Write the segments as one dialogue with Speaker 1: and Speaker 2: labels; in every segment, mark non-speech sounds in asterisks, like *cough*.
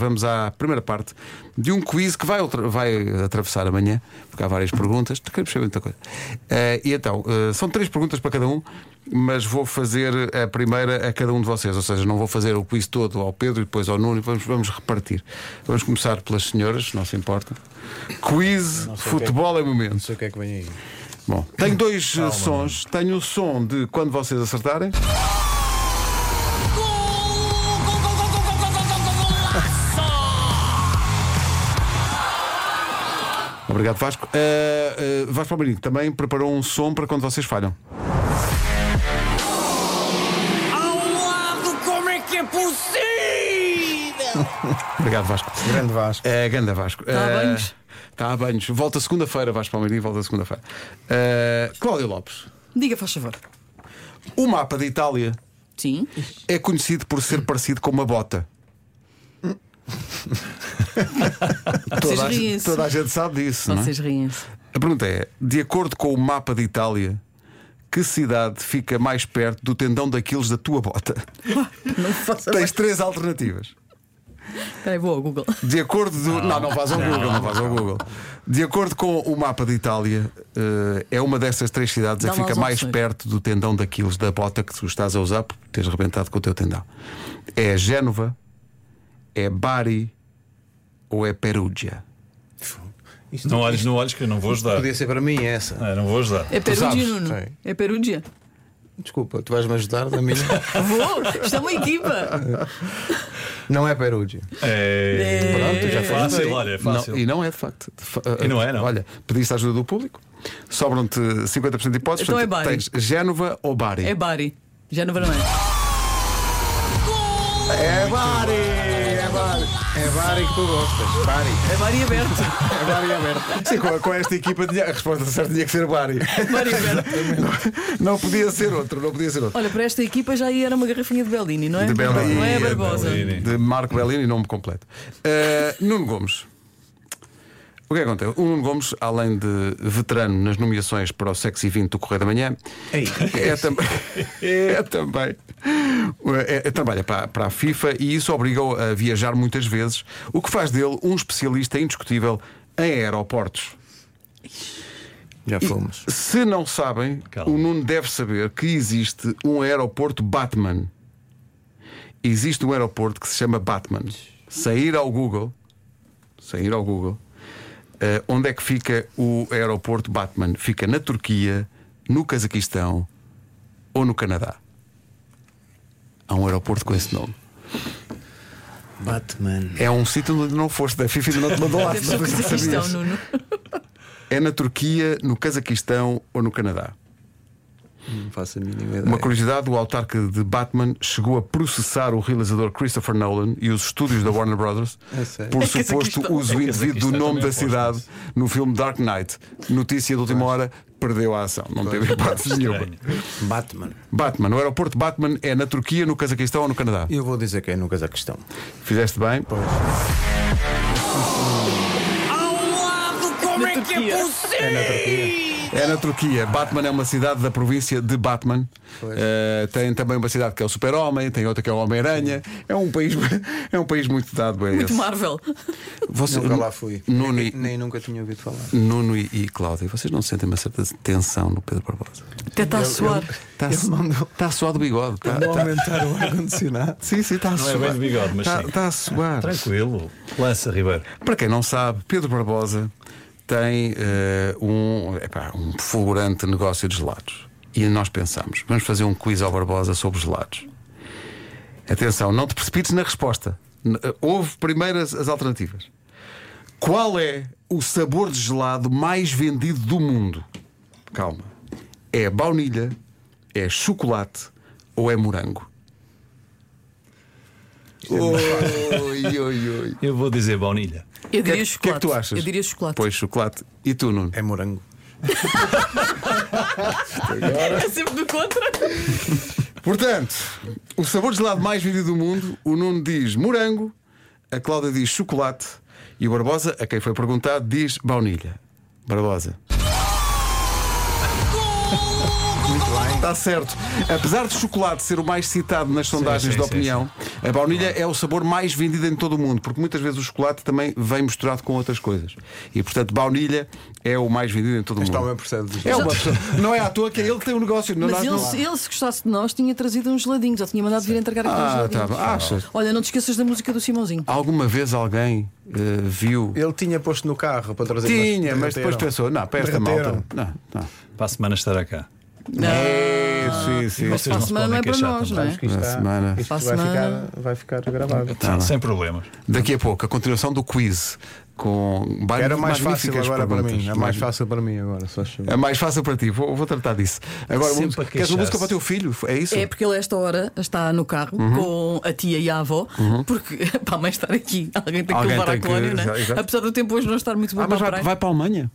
Speaker 1: Vamos à primeira parte de um quiz que vai, outra- vai atravessar amanhã, porque há várias perguntas. Tu queres perceber muita coisa. Eh, e então, eh, são três perguntas para cada um, mas vou fazer a primeira a cada um de vocês. Ou seja, não vou fazer o quiz todo ao Pedro e depois ao Nuno, e vamos, vamos repartir. Vamos começar pelas senhoras, se não se importa. Quiz,
Speaker 2: sei o que é
Speaker 1: futebol é momento.
Speaker 2: Não sei o que é que vem aí.
Speaker 1: Bom,
Speaker 2: *laughs*
Speaker 1: tenho dois eh, sons. Tenho o som de quando vocês acertarem. Obrigado, Vasco. Eh, eh, Vasco Palmeirinho também preparou um som para quando vocês falham.
Speaker 3: Ao lado, como é que é possível?
Speaker 1: Obrigado, Vasco.
Speaker 2: Grande Vasco.
Speaker 1: É, ganda Vasco. Está
Speaker 4: Tá a banhos?
Speaker 1: Está a banhos. Volta segunda-feira, Vasco Palmeirinho, volta segunda-feira. Eh, Cláudio Lopes,
Speaker 4: Diga, faz favor.
Speaker 1: o mapa da Itália
Speaker 4: Sim.
Speaker 1: é conhecido por ser parecido com uma
Speaker 4: *laughs*
Speaker 1: bota.
Speaker 4: Vocês
Speaker 1: Toda a, gente-
Speaker 4: riem-se.
Speaker 1: toda a gente sabe disso, não é?
Speaker 4: Vocês riem-se.
Speaker 1: A pergunta é: de acordo com o mapa de Itália, que cidade fica mais perto do tendão daqueles da tua bota?
Speaker 4: *laughs* Não faça
Speaker 1: Tens três alternativas.
Speaker 4: Espera aí, vou ao Google.
Speaker 1: De acordo do. Não, não vais ao Google, não vais ao Google. De acordo com o mapa de Itália, eh, é uma dessas três cidades a que
Speaker 4: Dá-me
Speaker 1: fica
Speaker 4: as
Speaker 1: mais
Speaker 4: opções.
Speaker 1: perto do tendão daqueles da bota que tu estás a usar porque tens rebentado com o teu tendão. É Génova, é Bari ou é Perugia?
Speaker 5: Não olhes, não olhes que eu não vou ajudar.
Speaker 2: Podia ser para mim essa.
Speaker 5: Ah, não vou ajudar.
Speaker 4: É
Speaker 1: sabes,
Speaker 4: Perugia, Nuno.
Speaker 2: sei.
Speaker 4: É Perugia.
Speaker 2: Desculpa, tu vais-me ajudar da *laughs* minha.
Speaker 4: Vou! Isto é uma equipa!
Speaker 2: não é Perugia.
Speaker 5: É...
Speaker 2: Pronto, já
Speaker 5: é
Speaker 2: faz
Speaker 5: fácil,
Speaker 2: bem.
Speaker 5: olha, é
Speaker 1: Não,
Speaker 5: fácil.
Speaker 1: e não é de facto. De fa-
Speaker 5: E não é, não.
Speaker 1: Olha, pediste a ajuda do público, sobram-te 50% de hipóteses.
Speaker 4: Então é
Speaker 1: portanto,
Speaker 4: Bari.
Speaker 1: tens Génova ou Bari?
Speaker 4: É Bari. Já no verão.
Speaker 2: É Bari! É Bari! É Bari que tu gostas. Bari.
Speaker 4: É Bari aberto.
Speaker 2: É Bari aberto.
Speaker 1: Sim, com, com esta equipa tinha- a resposta certa tinha que ser Bari.
Speaker 4: Bari aberto.
Speaker 1: Não, não podia ser outro, não podia ser outro.
Speaker 4: Olha, para esta equipa já era uma garrafinha de Bellini, não é?
Speaker 1: De Bellini.
Speaker 4: Não é a
Speaker 1: de
Speaker 4: Barbosa.
Speaker 1: Bellini. De Marco Bellini, nome completo. Eh, Nuno Gomes. O que é que acontece? O Nuno Gomes, além de veterano nas nomeações para o Sexy 20 do Correio da Manhã,
Speaker 2: Ei.
Speaker 1: é, tam- é também. é- é- trabalha para, para a FIFA e isso obriga-o a viajar muitas vezes, o que faz dele um especialista indiscutível em aeroportos.
Speaker 2: Já fomos.
Speaker 1: Se não sabem,
Speaker 5: Calma.
Speaker 1: o Nuno deve saber que existe um aeroporto Batman. Existe um aeroporto que se chama Batman. Sair ao Google, sair ao Google, eh, onde é que fica o aeroporto Batman? Fica na Turquia, no Cazaquistão ou no Canadá? Há um aeroporto com esse nome.
Speaker 2: Batman.
Speaker 1: É um sítio onde não foste, da FIFA
Speaker 4: *laughs*
Speaker 1: ainda não te mandou lá.
Speaker 4: Deve ser o
Speaker 1: Não sei se
Speaker 4: Cazaquistão,
Speaker 1: sabias.
Speaker 4: então, Nuno.
Speaker 1: É na Turquia, no Cazaquistão ou no Canadá?
Speaker 2: Não faço a mínima ideia.
Speaker 1: Uma curiosidade: o autarca de Batman chegou a processar o realizador Christopher Nolan e os estúdios da Warner Brothers
Speaker 2: *laughs* É sério?
Speaker 1: por
Speaker 4: É que
Speaker 1: suposto
Speaker 4: Cazaquistão.
Speaker 1: uso
Speaker 5: É
Speaker 1: indevido do
Speaker 5: Cazaquistão
Speaker 1: nome da
Speaker 5: também aposto
Speaker 1: cidade no filme Dark Knight. Notícia de última hora: perdeu a ação. Não teve hipótese nenhuma.
Speaker 5: Estranho.
Speaker 2: Batman.
Speaker 1: Batman, o aeroporto Batman é na Turquia, no Cazaquistão ou no Canadá?
Speaker 2: Eu vou dizer que é no Cazaquistão.
Speaker 1: Fizeste bem.
Speaker 3: Ao lado, como
Speaker 4: Na
Speaker 3: é que
Speaker 4: Turquia.
Speaker 3: é possível?
Speaker 1: É na Turquia. Batman é uma cidade da província de Batman.
Speaker 2: Pois.
Speaker 1: Eh, tem também uma cidade que é o Super-Homem, tem outra que é o Homem-Aranha. É um país *laughs* é um país muito dado a
Speaker 4: Muito
Speaker 1: esse.
Speaker 4: Marvel.
Speaker 1: Você-
Speaker 2: Nunca lá fui.
Speaker 1: Nuno
Speaker 2: Nem,
Speaker 1: e-
Speaker 2: nem nunca tinha ouvido falar.
Speaker 1: Nuno e, e Cláudia, vocês não sentem uma certa tensão no Pedro Barbosa?
Speaker 4: Até está a suar.
Speaker 1: Está
Speaker 2: Ele mandou-
Speaker 1: tá a suar do bigode. Tá,
Speaker 2: Vou
Speaker 1: tá-
Speaker 2: aumentar o ar-condicionado.
Speaker 1: Sim, sim, está a
Speaker 5: Não é
Speaker 1: suar.
Speaker 5: bem de bigode, mas
Speaker 1: Tá-
Speaker 5: sim.
Speaker 1: tá a suar.
Speaker 5: Tranquilo. Lança, Ribeiro.
Speaker 1: Para quem não sabe, Pedro Barbosa tem eh, um, epá, um fulgurante negócio de gelados. E nós pensamos, vamos fazer um quiz ao Barbosa sobre gelados. Atenção, não te precipites na resposta. N- eh, Ouve primeiro as, as alternativas. Qual é o sabor de gelado mais vendido do mundo? Calma. É baunilha, é chocolate ou é morango? *laughs* Oi, oi, oi.
Speaker 5: Eu vou dizer baunilha.
Speaker 4: Eu
Speaker 1: que é
Speaker 4: diria
Speaker 1: que-
Speaker 4: chocolate.
Speaker 1: que é que tu achas?
Speaker 4: Eu diria chocolate.
Speaker 1: Pois chocolate. E tu, Nuno?
Speaker 2: *laughs* É morango.
Speaker 4: *laughs* É sempre do contra.
Speaker 1: Portanto, o sabor de gelado mais vendido do mundo, o Nuno diz morango, a Cláudia diz chocolate e o Barbosa, a quem foi perguntado, diz baunilha. Barbosa.
Speaker 2: Muito bem.
Speaker 1: Está certo. Apesar de chocolate ser o mais citado nas sondagens
Speaker 5: sim,
Speaker 1: de
Speaker 5: sim,
Speaker 1: opinião, a baunilha é o sabor mais vendido em todo o mundo, porque muitas vezes o chocolate também vem misturado com outras coisas. E portanto, baunilha é o mais vendido em todo o mundo.
Speaker 2: Está 1% dos
Speaker 1: É uma pessoa. Não é à toa que é ele que tem o negócio. Não,
Speaker 4: Mas
Speaker 1: nós
Speaker 4: ele,
Speaker 1: não...
Speaker 4: se- ele, se gostasse de nós, tinha trazido uns geladinhos. Ou tinha mandado vir entregar aqui
Speaker 1: Ah,
Speaker 4: uns
Speaker 1: tá.
Speaker 4: geladinhos.
Speaker 1: Achas?
Speaker 4: Olha, não te esqueças da música do Simãozinho.
Speaker 1: Alguma vez alguém eh, viu.
Speaker 2: Ele tinha posto no carro para trazer
Speaker 1: Tinha, mas depois pensou, não, para esta
Speaker 2: Derreteram.
Speaker 1: malta. Não, não.
Speaker 5: Para a semana estará cá.
Speaker 4: Não.
Speaker 1: É, sim, sim.
Speaker 4: Mas para a
Speaker 5: não se
Speaker 4: semana não
Speaker 5: podem
Speaker 4: é para
Speaker 5: queixar
Speaker 4: nós, não
Speaker 5: também.
Speaker 4: é?
Speaker 2: Aqui está.
Speaker 1: semana.
Speaker 2: Isto
Speaker 4: Para a
Speaker 2: vai,
Speaker 4: semana.
Speaker 2: Ficar, vai ficar gravado.
Speaker 5: Tá, Sem problemas.
Speaker 1: Daqui a pouco, a continuação do quiz com várias
Speaker 2: Era mais fácil
Speaker 1: magníficas
Speaker 2: agora para
Speaker 1: perguntas.
Speaker 2: mim. É mais fácil para mim agora, só chama.
Speaker 1: É mais fácil para ti, vou, vou tratar disso. Agora, vamos,
Speaker 5: Sempre a
Speaker 1: queres uma
Speaker 5: queixar-se.
Speaker 1: música para o teu filho? É isso?
Speaker 4: É porque ele, a esta hora, está no carro
Speaker 1: Uhum.
Speaker 4: com a tia e a avó, porque *laughs* para a mãe estar aqui, alguém tem que
Speaker 1: Alguém
Speaker 4: levar
Speaker 1: tem
Speaker 4: à
Speaker 1: que-
Speaker 4: colónia, não é?
Speaker 1: exato.
Speaker 4: Apesar do tempo hoje não estar muito bom
Speaker 1: ah, mas
Speaker 4: para
Speaker 1: vai,
Speaker 4: a praia.
Speaker 1: vai para a Alemanha?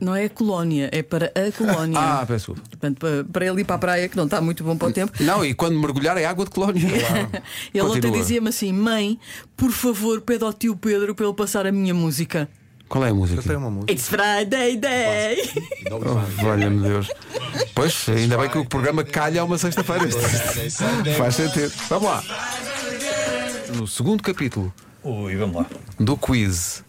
Speaker 4: Não é a colónia, é para a colónia.
Speaker 1: Ah, peço. desculpa.
Speaker 4: Portanto, para, para ele ir para a praia, que não está muito bom para o tempo.
Speaker 1: *laughs* Não, e quando mergulhar é água de colónia.
Speaker 4: *laughs* Ele ontem
Speaker 1: Continua.
Speaker 4: dizia-me assim: Mãe, por favor, pede ao tio Pedro para ele passar a minha música.
Speaker 1: Qual é a música?
Speaker 2: Eu tenho uma música.
Speaker 4: It's Friday Day!
Speaker 1: Oh, Valha-me Deus. Pois, ainda bem que o programa calha a uma sexta-feira.
Speaker 5: é
Speaker 1: Faz sentido. Vamos lá. No segundo capítulo
Speaker 5: Ui, vamos lá.
Speaker 1: do quiz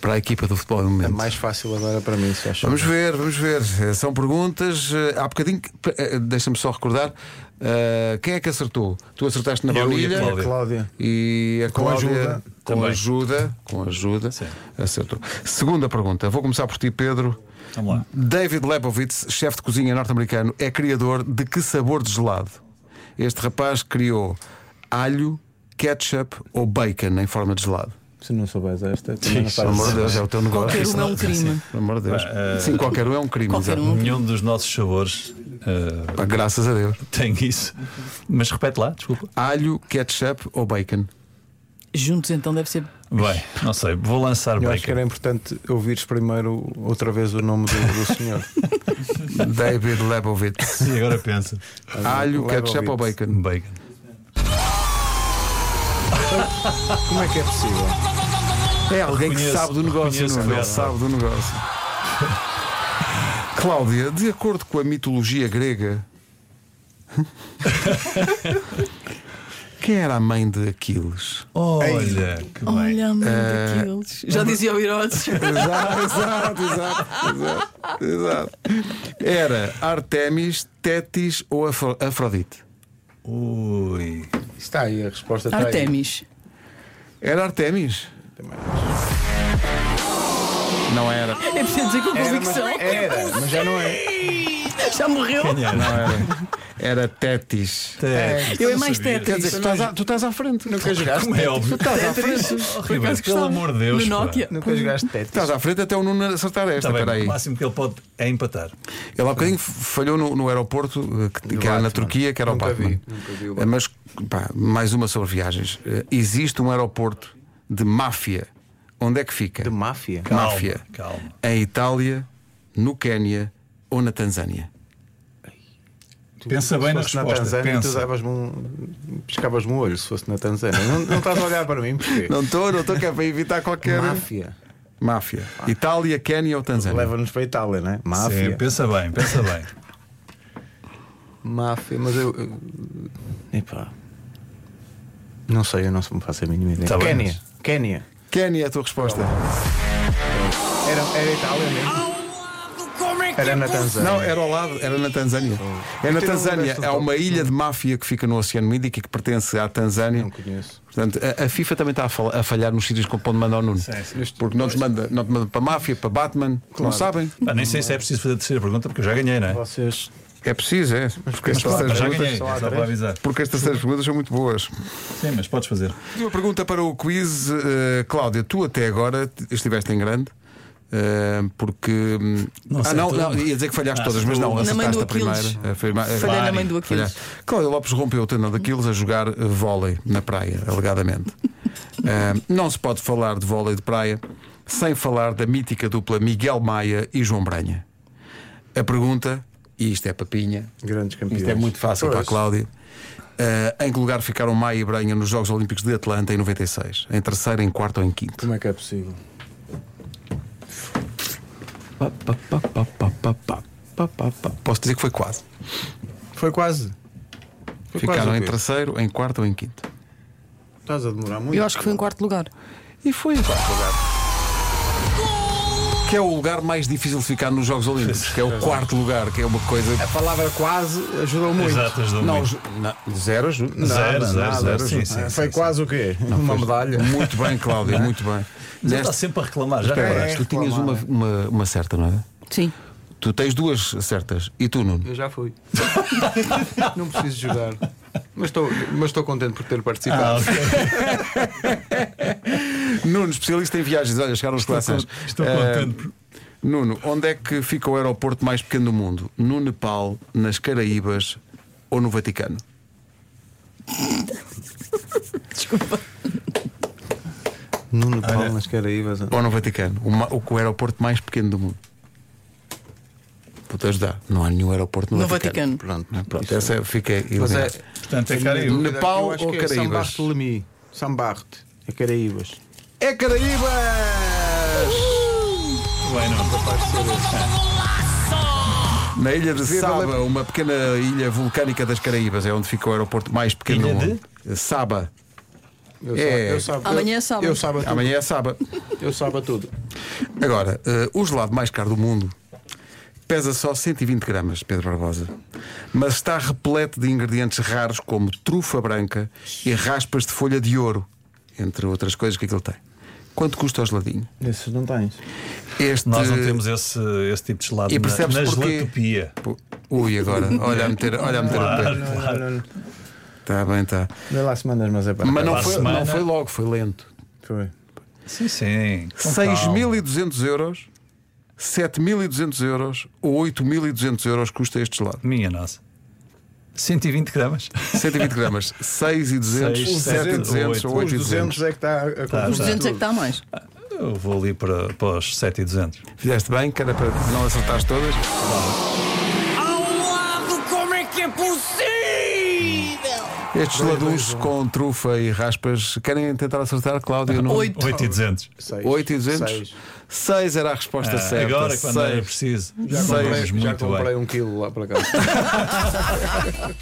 Speaker 1: para a equipa do futebol do
Speaker 2: É
Speaker 1: momento.
Speaker 2: mais fácil agora para mim, só chama.
Speaker 1: Vamos ver, vamos ver. Eh, São perguntas. eh, Há bocadinho, que- eh, deixa-me só recordar. eh, quem é que acertou? Tu acertaste na
Speaker 5: Eu e a
Speaker 1: baunilha
Speaker 5: Cláudia.
Speaker 2: Cláudia.
Speaker 1: e a
Speaker 2: Com
Speaker 1: Cláudia,
Speaker 2: ajuda.
Speaker 1: Com
Speaker 5: Também.
Speaker 1: ajuda. Com ajuda.
Speaker 5: Sim.
Speaker 1: Acertou. Segunda pergunta. Vou começar por ti, Pedro.
Speaker 5: Vamos lá.
Speaker 1: David Lebowitz, chefe de cozinha norte-americano, é criador de que sabor de gelado? Este rapaz criou alho, ketchup ou bacon em forma de gelado.
Speaker 2: Se não souberes esta, também não
Speaker 1: Pelo amor de
Speaker 2: sabes.
Speaker 1: Deus, é o teu negócio.
Speaker 4: Qualquer um é um crime.
Speaker 1: Pelo amor de Deus.
Speaker 5: Ah,
Speaker 1: Sim, qualquer um é um crime.
Speaker 4: Qualquer
Speaker 1: exato.
Speaker 4: um.
Speaker 5: Nenhum dos nossos sabores eh,
Speaker 1: Pá, Graças a Deus.
Speaker 5: tem isso. Mas repete lá, desculpa.
Speaker 1: Alho, ketchup ou bacon?
Speaker 4: Juntos então deve ser.
Speaker 5: Bem, não sei, vou lançar
Speaker 2: Eu acho que era
Speaker 5: break.
Speaker 2: importante ouvires primeiro outra vez o nome do, do *laughs* senhor.
Speaker 1: David Lebowitz.
Speaker 5: E agora pensa.
Speaker 1: Alho, ketchup ou
Speaker 2: Leibovitz.
Speaker 1: bacon?
Speaker 5: Bacon.
Speaker 2: Como é que é possível?
Speaker 1: É alguém que
Speaker 5: Conheço,
Speaker 1: sabe do negócio,
Speaker 5: conheço
Speaker 1: não é?
Speaker 5: bem.
Speaker 1: Ele sabe do negócio. Cláudia, de acordo com a mitologia grega, *laughs* quem era a mãe de Aquiles?
Speaker 5: Olha, que bem.
Speaker 4: Olha, mãe
Speaker 1: eh,
Speaker 4: daqueles. Já dizia o
Speaker 1: *laughs*
Speaker 4: Herodes.
Speaker 1: Exato, exato, exato, exato, exato. Era Artemis, Tétis ou Afro- Afrodite?
Speaker 5: Ui.
Speaker 2: Está aí, a resposta está aí.
Speaker 4: Artemis.
Speaker 1: Era Artemis? Não era.
Speaker 4: É preciso dizer com
Speaker 2: Era, mas,
Speaker 4: convicção.
Speaker 2: era, mas já não é.
Speaker 4: *laughs* Já morreu.
Speaker 5: Quem era?
Speaker 1: Não era. Era Tétis.
Speaker 5: Até-
Speaker 4: Eu é mais
Speaker 5: sabia.
Speaker 1: Quer
Speaker 4: tétis.
Speaker 1: dizer, tu estás, à, tu estás à frente. Nunca
Speaker 5: Como é óbvio.
Speaker 1: Estás à frente.
Speaker 5: Oh, Ribeiro, pelo amor de Deus.
Speaker 4: No
Speaker 5: pá.
Speaker 4: Nokia.
Speaker 2: Nunca jogaste Tetris.
Speaker 1: Estás à frente até o Nuno acertar esta.
Speaker 5: Está Tá bem,
Speaker 1: Espera aí.
Speaker 5: o máximo que ele pode é empatar.
Speaker 1: Ele há bocadinho f- falhou no, no aeroporto, eh, que, que era na Turquia, que era
Speaker 2: Nunca
Speaker 1: o Batman.
Speaker 2: vi, nunca vi o Batman.
Speaker 1: Eh, Mas, pá, mais uma sobre viagens. Eh, Existe um aeroporto de máfia. Onde é que fica?
Speaker 2: De máfia?
Speaker 5: Calma,
Speaker 1: máfia.
Speaker 5: calma.
Speaker 1: Em Itália, no Quénia ou na Tanzânia?
Speaker 5: Pensa bem na
Speaker 2: se fosse na
Speaker 5: resposta,
Speaker 2: Tanzânia,
Speaker 5: pensa.
Speaker 2: tu davas-me um. piscavas-me o olho se fosse na Tanzânia. Não, não estás a olhar para mim, porque.
Speaker 1: Não estou, não estou, que é para evitar qualquer.
Speaker 2: Máfia.
Speaker 1: Máfia. Itália, Quénia ou Tanzânia?
Speaker 2: Leva-nos para a Itália, não é? Máfia.
Speaker 5: Sim, Ah, pensa bem,
Speaker 2: *laughs*
Speaker 5: pensa bem.
Speaker 2: Máfia, mas eu. eu- Epá. Não sei, eu não me faço a mínima ideia.
Speaker 5: Tá bem,
Speaker 2: Quénia. Quénia.
Speaker 1: Quénia é a tua resposta.
Speaker 2: Era, era Itália mesmo.
Speaker 3: Ao lado, como é que
Speaker 2: Era
Speaker 3: é
Speaker 2: na
Speaker 3: possível?
Speaker 2: Tanzânia.
Speaker 1: Não, era ao lado, era na Tanzânia. É na
Speaker 5: um
Speaker 2: Porque não
Speaker 1: Tanzânia,
Speaker 2: lembras-te
Speaker 1: há
Speaker 2: do-
Speaker 1: uma ilha de máfia que fica no Oceano Índico e que pertence à Tanzânia.
Speaker 2: Não conheço.
Speaker 1: Portanto, a, a FIFA também está a, fal- a falhar nos sítios com- para onde manda ao Nuno. Porque não te manda, não te manda para a máfia, para Batman, não sabem.
Speaker 5: Pá, nem sei se é preciso fazer a terceira pergunta porque eu já ganhei, não é?
Speaker 2: Vocês.
Speaker 1: É preciso, é. Porque
Speaker 5: Mas
Speaker 1: estas
Speaker 5: pronto,
Speaker 1: três
Speaker 5: já
Speaker 1: perguntas,
Speaker 5: ganhei, é
Speaker 2: só há
Speaker 5: só para
Speaker 2: três.
Speaker 5: avisar.
Speaker 1: porque estas três perguntas são muito boas.
Speaker 5: Sim, mas podes fazer.
Speaker 1: Uma pergunta para o quiz, eh, Cláudia. Tu até agora t- estiveste em grande. eh, porque hum,
Speaker 5: Não
Speaker 1: ah,
Speaker 5: sei
Speaker 1: não,
Speaker 5: tudo.
Speaker 1: não, ia dizer que falhaste
Speaker 5: Ah,
Speaker 1: todas,
Speaker 5: sim,
Speaker 1: mas não,
Speaker 5: tudo.
Speaker 4: Na mãe
Speaker 1: acertaste
Speaker 4: do
Speaker 1: a primeira.
Speaker 4: Aquiles.
Speaker 1: A firma-
Speaker 4: Falhei na
Speaker 5: Vários.
Speaker 4: mãe do
Speaker 1: Falhar.
Speaker 4: Aquiles.
Speaker 1: Cláudio Lopes rompeu o tendão daqueles a jogar eh, vôlei na praia,
Speaker 4: *laughs*
Speaker 1: alegadamente. Ah, não se pode falar de vôlei de praia sem falar da mítica dupla Miguel Maia e João Branha. A pergunta, e isto é papinha,
Speaker 2: Grandes campeões.
Speaker 1: isto é muito fácil para a
Speaker 2: Pois.
Speaker 1: Cláudia. Ah, em que lugar ficaram Maia e Branha nos Jogos Olímpicos de Atlanta em 96? Em terceiro, em quarto ou em quinto?
Speaker 2: Como é que é possível? pá, pá, pá.
Speaker 1: Posso dizer que foi quase.
Speaker 2: Foi quase. Foi
Speaker 1: Ficaram
Speaker 2: quase o
Speaker 1: em
Speaker 2: quê?
Speaker 1: terceiro, em quarto ou em quinto.
Speaker 2: Estás a demorar muito.
Speaker 4: Eu acho que foi em quarto lugar.
Speaker 1: E foi em quarto lugar. Que é o lugar mais difícil de ficar nos Jogos Olímpicos, que é o quarto lugar, que é uma coisa.
Speaker 2: A palavra quase ajudou muito.
Speaker 5: Exato, ajudou
Speaker 1: Não,
Speaker 5: muito.
Speaker 1: ju- não, zero, ju-
Speaker 5: Zero,
Speaker 1: nada,
Speaker 5: zero,
Speaker 1: nada,
Speaker 5: zero.
Speaker 1: ju-
Speaker 5: Sim, sim,
Speaker 2: Ah,
Speaker 5: sim,
Speaker 2: Foi
Speaker 5: sim.
Speaker 2: quase o quê? Uma medalha.
Speaker 1: Muito bem, Cláudia, muito bem.
Speaker 5: Mas ele
Speaker 1: Nesta-
Speaker 5: está sempre a reclamar,
Speaker 2: É,
Speaker 5: já
Speaker 1: Espera,
Speaker 5: reparaste?
Speaker 1: tu tinhas uma, uma, uma certa, não é?
Speaker 4: Sim.
Speaker 1: Tu tens duas certas. E tu, Nuno?
Speaker 6: Eu já fui. não preciso jogar. Mas estou, mas estou contente por ter participado.
Speaker 5: Ah, ok.
Speaker 1: Nuno, especialista em viagens. Olha, chegaram os classes.
Speaker 5: con- estou contente por-
Speaker 1: Nuno, onde é que fica o aeroporto mais pequeno do mundo? No Nepal, nas Caraíbas ou no Vaticano?
Speaker 2: No Nepal, nas Caraíbas.
Speaker 1: Ou no Vaticano? O, ma- o, o aeroporto mais pequeno do mundo? Vou-te ajudar. Não há nenhum aeroporto no,
Speaker 4: No é Vaticano.
Speaker 2: Pronto.
Speaker 1: Ah, Pronto, essa fica
Speaker 6: Mas é,
Speaker 1: eliminada.
Speaker 5: Portanto, é cara eu.
Speaker 1: Nepal
Speaker 2: Eu acho
Speaker 1: ou
Speaker 2: que É São
Speaker 1: Caraíbas?
Speaker 2: Bartolomé. São Barte. É Caraíbas.
Speaker 1: É Caraíbas!
Speaker 5: Bem, não.
Speaker 1: Na ilha de
Speaker 2: Saba.
Speaker 1: Saba, uma pequena ilha vulcânica das Caraíbas, é onde fica o aeroporto mais pequeno
Speaker 5: Ilha
Speaker 1: do mundo. Eh, Saba.
Speaker 2: Eu
Speaker 1: É.
Speaker 2: sabo-
Speaker 4: Amanhã é
Speaker 2: eu-
Speaker 4: sábado.
Speaker 2: Eu sabo a tudo.
Speaker 1: Amanhã é Saba.
Speaker 2: Eu sabo a tudo.
Speaker 1: Agora, eh, o gelado mais caro do mundo pesa só 120 gramas, Pedro Barbosa, mas está repleto de ingredientes raros como trufa branca e raspas de folha de ouro, entre outras coisas que aquilo tem. Quanto custa o geladinho?
Speaker 2: Esses não tens.
Speaker 1: Este...
Speaker 5: Nós não temos esse, esse tipo de gelado
Speaker 1: E
Speaker 5: na,
Speaker 1: percebes
Speaker 5: na
Speaker 1: porquê?
Speaker 5: gelatopia.
Speaker 1: Pô, Ui, agora, olha a meter, olha a meter o pé.
Speaker 5: Claro,
Speaker 2: Não,
Speaker 5: claro.
Speaker 2: não, não.
Speaker 1: Está bem, tá. está.
Speaker 2: Vê lá se mandas, mas é para.
Speaker 1: Mas não
Speaker 5: Para a
Speaker 1: foi,
Speaker 5: semana-
Speaker 1: não foi logo, foi lento.
Speaker 2: Foi.
Speaker 5: Sim, sim. Com calma.
Speaker 1: 6.200 euros, 7.200 euros ou 8.200 euros custa este gelado.
Speaker 5: Minha nossa. 120 gramas.
Speaker 1: 120 gramas, 6,200,
Speaker 5: Seis,
Speaker 1: 7,200 ou
Speaker 2: Os 200
Speaker 1: 8,200.
Speaker 2: é que está a
Speaker 5: Tá,
Speaker 4: Os
Speaker 5: tá.
Speaker 4: 200 é que está a mais.
Speaker 5: Eu vou ali para, para os 7 e 200.
Speaker 1: Fizeste bem, que era para não acertares todas.
Speaker 3: Ao lado, como é que é possível?
Speaker 1: Estes gelados
Speaker 5: um.
Speaker 1: com trufa e raspas, querem tentar acertar,
Speaker 5: *laughs*
Speaker 1: Cláudio? Não?
Speaker 4: Oito.
Speaker 5: 8 e 200.
Speaker 1: 8,200? 6 era a resposta certa.
Speaker 5: Ah, agora, quando é era
Speaker 1: Seis.
Speaker 5: preciso,
Speaker 1: Seis.
Speaker 5: comprei
Speaker 1: Mas
Speaker 6: já
Speaker 5: muito
Speaker 6: comprei
Speaker 5: bem.
Speaker 6: um quilo lá para casa.